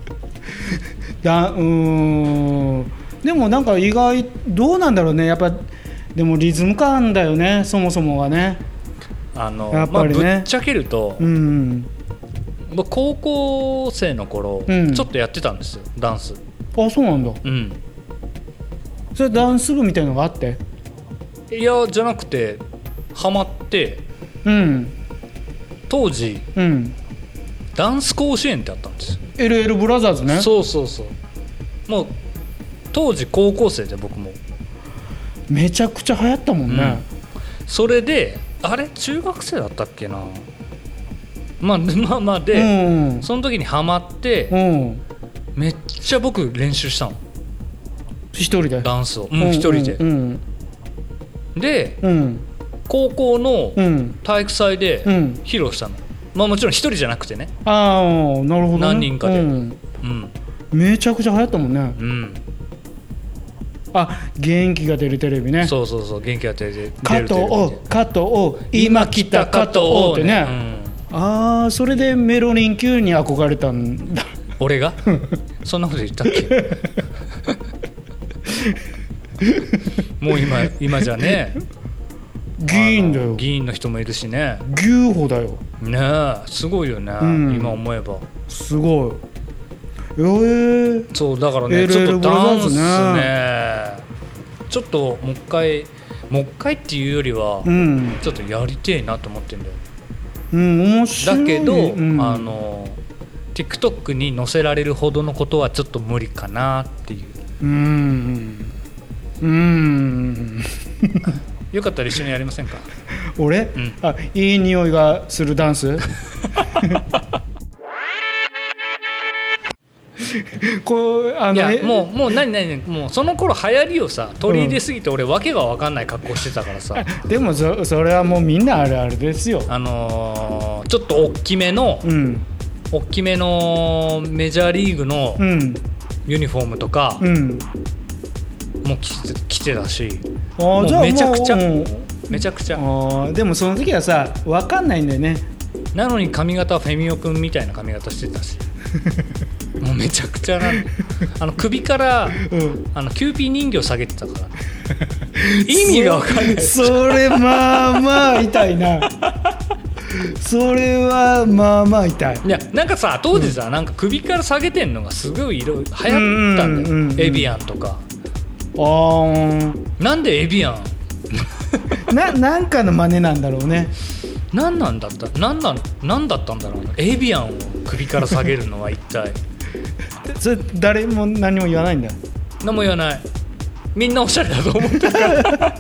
[SPEAKER 1] だうーんでもなんか意外どうなんだろうねやっぱでもリズム感だよねそもそもはね
[SPEAKER 2] あの
[SPEAKER 1] やっぱりね
[SPEAKER 2] まあ、ぶっちゃけると、
[SPEAKER 1] うん
[SPEAKER 2] 僕高校生の頃、
[SPEAKER 1] うん
[SPEAKER 2] ちょっとやってたんですよダンス
[SPEAKER 1] あそうなんだ
[SPEAKER 2] うん
[SPEAKER 1] それダンス部みたいのがあって
[SPEAKER 2] いやじゃなくてハマって
[SPEAKER 1] うん
[SPEAKER 2] 当時
[SPEAKER 1] うん
[SPEAKER 2] ダンス甲子園ってあったんですよ
[SPEAKER 1] LL ブラザーズね
[SPEAKER 2] そうそうそうもう当時高校生で僕も
[SPEAKER 1] めちゃくちゃ流行ったもんね、
[SPEAKER 2] それであれ中学生だったっけなまあでまあまあ
[SPEAKER 1] う
[SPEAKER 2] で、
[SPEAKER 1] ん
[SPEAKER 2] その時にハマって
[SPEAKER 1] うん
[SPEAKER 2] めっちゃ僕練習したの
[SPEAKER 1] 一人で
[SPEAKER 2] ダンスを
[SPEAKER 1] う
[SPEAKER 2] うん
[SPEAKER 1] ん
[SPEAKER 2] 一人で
[SPEAKER 1] うん
[SPEAKER 2] で
[SPEAKER 1] うん
[SPEAKER 2] 高校の
[SPEAKER 1] うん
[SPEAKER 2] 体育祭で
[SPEAKER 1] うん
[SPEAKER 2] 披露したのまあもちろん一人じゃなくてね
[SPEAKER 1] ああなるほど、ね、
[SPEAKER 2] 何人かで
[SPEAKER 1] うん
[SPEAKER 2] うん
[SPEAKER 1] めちゃくちゃ流行ったもんね
[SPEAKER 2] うん
[SPEAKER 1] あ元気が出るテレビね
[SPEAKER 2] そうそうそう元気が出て
[SPEAKER 1] 加藤を加藤を今来た加藤をってねああそれでメロリン級に憧れたんだ
[SPEAKER 2] うん、俺がそんなこと言った っけもう今今じゃね
[SPEAKER 1] 議員だ
[SPEAKER 2] あの
[SPEAKER 1] よ
[SPEAKER 2] 議員の人もいるしね
[SPEAKER 1] 牛歩だよ
[SPEAKER 2] ねえすごいよね、
[SPEAKER 1] ん
[SPEAKER 2] 今思えば
[SPEAKER 1] すごいえー、
[SPEAKER 2] そうだからね
[SPEAKER 1] LL
[SPEAKER 2] ちょっとダンス
[SPEAKER 1] ブラザ
[SPEAKER 2] ねちょっともう一回もう一回っていうよりは、
[SPEAKER 1] うん
[SPEAKER 2] ちょっとやりてえなと思ってんだよ
[SPEAKER 1] うん面白い
[SPEAKER 2] だけど、
[SPEAKER 1] うん
[SPEAKER 2] あの TikTok に載せられるほどのことはちょっと無理かなっていう
[SPEAKER 1] うんうん
[SPEAKER 2] よかったら一緒にやりませんか
[SPEAKER 1] 俺、
[SPEAKER 2] ん
[SPEAKER 1] あいい匂いがするダン スこうあの
[SPEAKER 2] いや
[SPEAKER 1] え
[SPEAKER 2] もうもう何何何もうその頃流行りをさ取り入れすぎて俺訳が分かんない格好してたからさ、
[SPEAKER 1] でもそそれはもうみんなあるあるですよ
[SPEAKER 2] あのーちょっと大きめの
[SPEAKER 1] うん
[SPEAKER 2] 大きめのメジャーリーグの
[SPEAKER 1] うん
[SPEAKER 2] ユニフォームとか
[SPEAKER 1] うん
[SPEAKER 2] もう着て着てたし
[SPEAKER 1] あ
[SPEAKER 2] もう
[SPEAKER 1] じゃあ
[SPEAKER 2] めちゃくちゃ
[SPEAKER 1] もう
[SPEAKER 2] めちゃくち
[SPEAKER 1] あ
[SPEAKER 2] ゃ
[SPEAKER 1] ーでもその時はさ分かんないんだよね
[SPEAKER 2] なのに髪型はフェミオくんみたいな髪型してた しもうめちゃくちゃなあの首から
[SPEAKER 1] うん
[SPEAKER 2] あのキューピー人形下げて たから意味が分かんない
[SPEAKER 1] そ それまあまあ痛い なそれはまあまあ痛い
[SPEAKER 2] いやなんかさ当時さ、なんか首から下げてんのがすごい色々流行ったんだよ、
[SPEAKER 1] うんうんうんうん
[SPEAKER 2] エビアンとか
[SPEAKER 1] あー
[SPEAKER 2] なんでエビアン
[SPEAKER 1] ななんかの真似なんだろうね
[SPEAKER 2] 何なんだった何なんなんだったんだろうなエビアンを首から下げるのは一 体
[SPEAKER 1] それ誰も何も言わないんだ
[SPEAKER 2] 何も言わないみんなおしゃれだと思って るから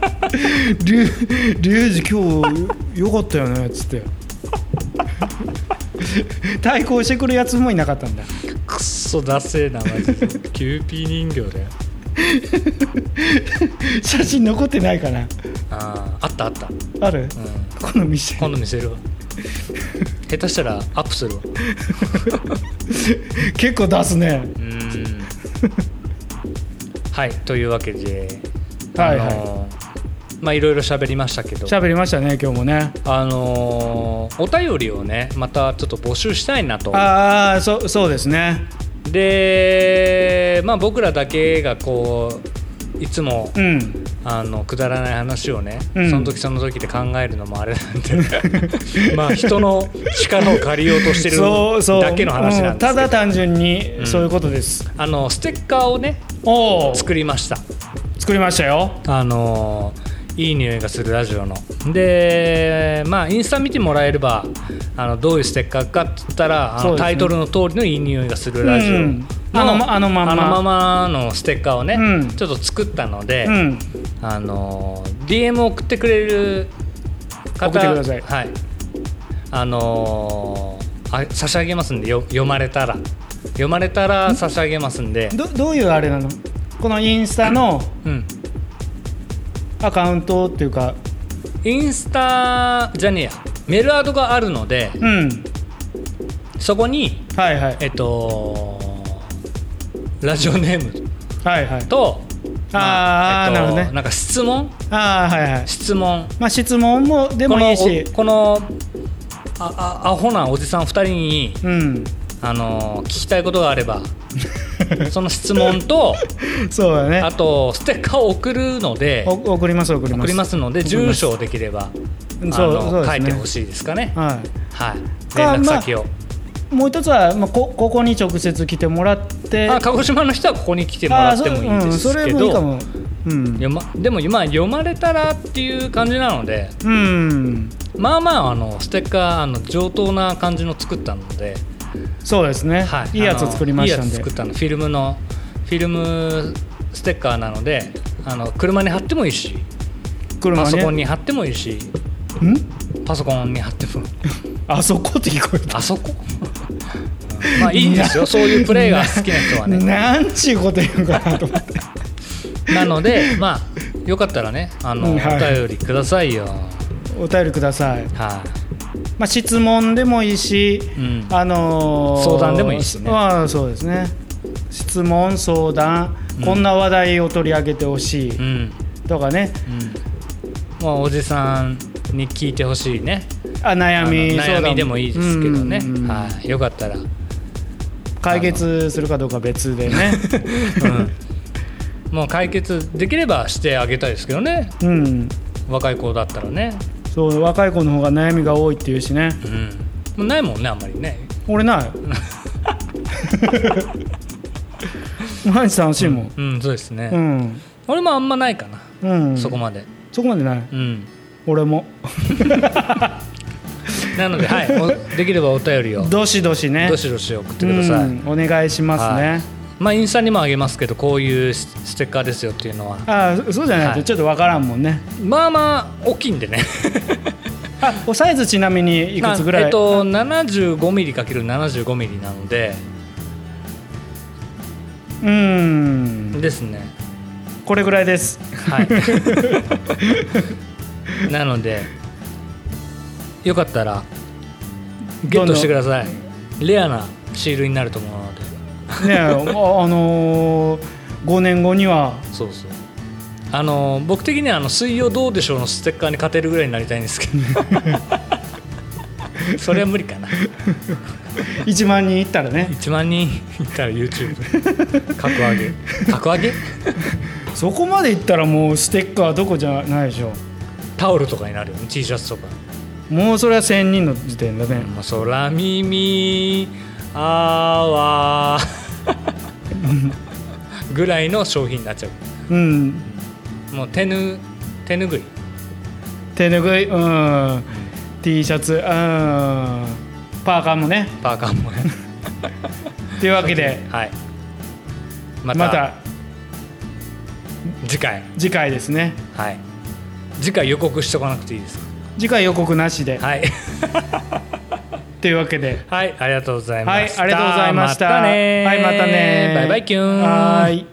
[SPEAKER 1] リュリュウジ今日よかったよねっつって対抗してくるやつもいなかったんだ
[SPEAKER 2] くっそダセえなマジでキューピー人形だよ
[SPEAKER 1] 写真残ってないかな
[SPEAKER 2] あーあったあった、うん、
[SPEAKER 1] ある、この店
[SPEAKER 2] 今度見せ るわ下手したらアップするわ
[SPEAKER 1] 結構出すね
[SPEAKER 2] うーんはいというわけで、
[SPEAKER 1] はいはい
[SPEAKER 2] あのーまあいろいろ喋りましたけど
[SPEAKER 1] 喋りましたね今日もね
[SPEAKER 2] あのーお便りをねまたちょっと募集したいなと
[SPEAKER 1] ああそそうですね
[SPEAKER 2] でまあ僕らだけがこういつも
[SPEAKER 1] うん
[SPEAKER 2] あのくだらない話をね、
[SPEAKER 1] うん
[SPEAKER 2] その時その時で考えるのもあれなんで まあ人の力を借りようとしてる
[SPEAKER 1] そうそう
[SPEAKER 2] だけの話
[SPEAKER 1] う
[SPEAKER 2] なんですけ
[SPEAKER 1] ただ
[SPEAKER 2] ど
[SPEAKER 1] 単純にそういうことです、
[SPEAKER 2] あのステッカーをね
[SPEAKER 1] おお
[SPEAKER 2] 作りました
[SPEAKER 1] 作りましたよ
[SPEAKER 2] あのーいい匂いがするラジオのでまあインスタ見てもらえればあのどういうステッカーかって言ったらあ
[SPEAKER 1] そうで
[SPEAKER 2] の、
[SPEAKER 1] すね
[SPEAKER 2] タイトルの通りのいい匂いがするラジオ、
[SPEAKER 1] うんあのまあのまんま
[SPEAKER 2] あのままのステッカーをね、
[SPEAKER 1] うん
[SPEAKER 2] ちょっと作ったので、
[SPEAKER 1] うん
[SPEAKER 2] あのー DM を送ってくれる方
[SPEAKER 1] 送ってください
[SPEAKER 2] はいあのーあ差し上げますんでよ読まれたら読まれたら差し上げますんで
[SPEAKER 1] どどういうあれなのこのインスタの
[SPEAKER 2] うん
[SPEAKER 1] アカウントっていうか
[SPEAKER 2] インスタじゃねえやメールアドがあるので
[SPEAKER 1] うん
[SPEAKER 2] そこに
[SPEAKER 1] はいはい
[SPEAKER 2] えっとラジオネーム
[SPEAKER 1] はいはい
[SPEAKER 2] と
[SPEAKER 1] あーなるほどね
[SPEAKER 2] なんか質問
[SPEAKER 1] ああはいはい
[SPEAKER 2] 質問
[SPEAKER 1] まあ質問もでもいいし
[SPEAKER 2] このおこのああアホなおじさん2人に
[SPEAKER 1] うん
[SPEAKER 2] あの聞きたいことがあ ればその質問と
[SPEAKER 1] そうだね
[SPEAKER 2] あとステッカーを送るので
[SPEAKER 1] お送ります送ります
[SPEAKER 2] 送りますので
[SPEAKER 1] 送りま
[SPEAKER 2] 住
[SPEAKER 1] す
[SPEAKER 2] 所をできればあ
[SPEAKER 1] そうそうで
[SPEAKER 2] の
[SPEAKER 1] す
[SPEAKER 2] 書
[SPEAKER 1] ね
[SPEAKER 2] いてほしいですかね
[SPEAKER 1] は
[SPEAKER 2] はい
[SPEAKER 1] か
[SPEAKER 2] 連絡先を。
[SPEAKER 1] いもう一つは、まあ、こここに直接来てもらって
[SPEAKER 2] あ鹿児島の人はここに来てもらってもいいんです
[SPEAKER 1] あーそううん、そ
[SPEAKER 2] け
[SPEAKER 1] れもいいか
[SPEAKER 2] ど
[SPEAKER 1] もうん、
[SPEAKER 2] 読までも今読まれたらっていう感じなので
[SPEAKER 1] うん、
[SPEAKER 2] まあまああのステッカーあの上等な感じの作ったので、
[SPEAKER 1] そうですね、
[SPEAKER 2] はいい、、
[SPEAKER 1] いやつを作りました
[SPEAKER 2] あの
[SPEAKER 1] ん
[SPEAKER 2] いい
[SPEAKER 1] で
[SPEAKER 2] やつ作ったのフィルムのフィルムステッカーなのであの車に貼ってもいいし
[SPEAKER 1] 車
[SPEAKER 2] パソコン
[SPEAKER 1] ね
[SPEAKER 2] に貼ってもいいし
[SPEAKER 1] ん
[SPEAKER 2] パソコンに貼って も
[SPEAKER 1] あそこって聞こえた
[SPEAKER 2] あそこ うんまあいいんですよそういうプレーが好きな 人はね
[SPEAKER 1] なんちゅうこと言うかなと思って
[SPEAKER 2] なので、まあ、よかったらね、あの、
[SPEAKER 1] うんはい
[SPEAKER 2] お便りくださいよ。
[SPEAKER 1] お便りください、
[SPEAKER 2] は
[SPEAKER 1] まあ、質問でもいいし、
[SPEAKER 2] い、うん、
[SPEAKER 1] あのー
[SPEAKER 2] 相談でもいいしね
[SPEAKER 1] まあ、そうですね質問相談、
[SPEAKER 2] うん
[SPEAKER 1] こんな話題を取り上げてほしい、
[SPEAKER 2] うん、うん。
[SPEAKER 1] とかね
[SPEAKER 2] まあ、おじさんに聞いてほしいね。
[SPEAKER 1] あ
[SPEAKER 2] あ
[SPEAKER 1] 悩
[SPEAKER 2] の
[SPEAKER 1] み相
[SPEAKER 2] 悩
[SPEAKER 1] 談
[SPEAKER 2] みでもいいですけどね
[SPEAKER 1] うんうんう。ん
[SPEAKER 2] はい、よかったら。うん。
[SPEAKER 1] 解決するかどうか別でね
[SPEAKER 2] もう解決できればしてあげたいですけどね。
[SPEAKER 1] うん
[SPEAKER 2] 若い子だったらね。
[SPEAKER 1] そう若い子の方が悩みが多いっていうしね
[SPEAKER 2] うん。もうないもんね、あんまりね。
[SPEAKER 1] 俺ない 毎日楽しいもん
[SPEAKER 2] うん、そうです
[SPEAKER 1] う
[SPEAKER 2] ね。
[SPEAKER 1] ん、
[SPEAKER 2] 俺もあんまないかな。
[SPEAKER 1] うん
[SPEAKER 2] そこまで。
[SPEAKER 1] そこまでない
[SPEAKER 2] うん。
[SPEAKER 1] 俺も
[SPEAKER 2] なので、はい、おできればお便りを。
[SPEAKER 1] どしどしね
[SPEAKER 2] どしどし送ってください。
[SPEAKER 1] うんお願いしますね、
[SPEAKER 2] まあ、インスタにもあげますけどこういうスステッカーですよっていうのは
[SPEAKER 1] ああそうじゃない
[SPEAKER 2] は
[SPEAKER 1] と
[SPEAKER 2] い
[SPEAKER 1] ちょっとわからんもんね、
[SPEAKER 2] まあまあ大きいんでね
[SPEAKER 1] あおサイズちなみにいくつぐらい、
[SPEAKER 2] まあえっと、75mm×75mm なので
[SPEAKER 1] うん
[SPEAKER 2] ですね
[SPEAKER 1] これぐらいです
[SPEAKER 2] はい なのでよかったらゲットしてくださいレアなシールになると思うので
[SPEAKER 1] ねえああのー、5年後には
[SPEAKER 2] そうそうあの僕的にはあの「水曜どうでしょう」のステッカーに勝てるぐらいになりたいんで すけどそれは無理かな
[SPEAKER 1] 1万人いったらね
[SPEAKER 2] 1万人いたら YouTube 格上げ格上げ
[SPEAKER 1] そこまでいったらもうステッカーどこじゃないでしょ
[SPEAKER 2] タオルとかになるよね T シャツとか、
[SPEAKER 1] もうそれは1000人の時点だね
[SPEAKER 2] まあ、空耳あーわー ぐらいの商品になっちゃ
[SPEAKER 1] うん
[SPEAKER 2] うもう手ぬ手ぬぐい
[SPEAKER 1] 手ぬぐいうん T シャツうんパーカーもね
[SPEAKER 2] パーカーもね
[SPEAKER 1] というわけで
[SPEAKER 2] はいまた
[SPEAKER 1] また
[SPEAKER 2] 次回
[SPEAKER 1] 次回ですね
[SPEAKER 2] はい次回予告しとかなくていいです
[SPEAKER 1] 次回予告なしで
[SPEAKER 2] かはい、
[SPEAKER 1] というわけで
[SPEAKER 2] はい、ありがとうござい
[SPEAKER 1] は
[SPEAKER 2] ま
[SPEAKER 1] い
[SPEAKER 2] し、た
[SPEAKER 1] ありがとうございました。
[SPEAKER 2] またねー
[SPEAKER 1] はい、またねー。
[SPEAKER 2] バイバイキューン
[SPEAKER 1] はーい。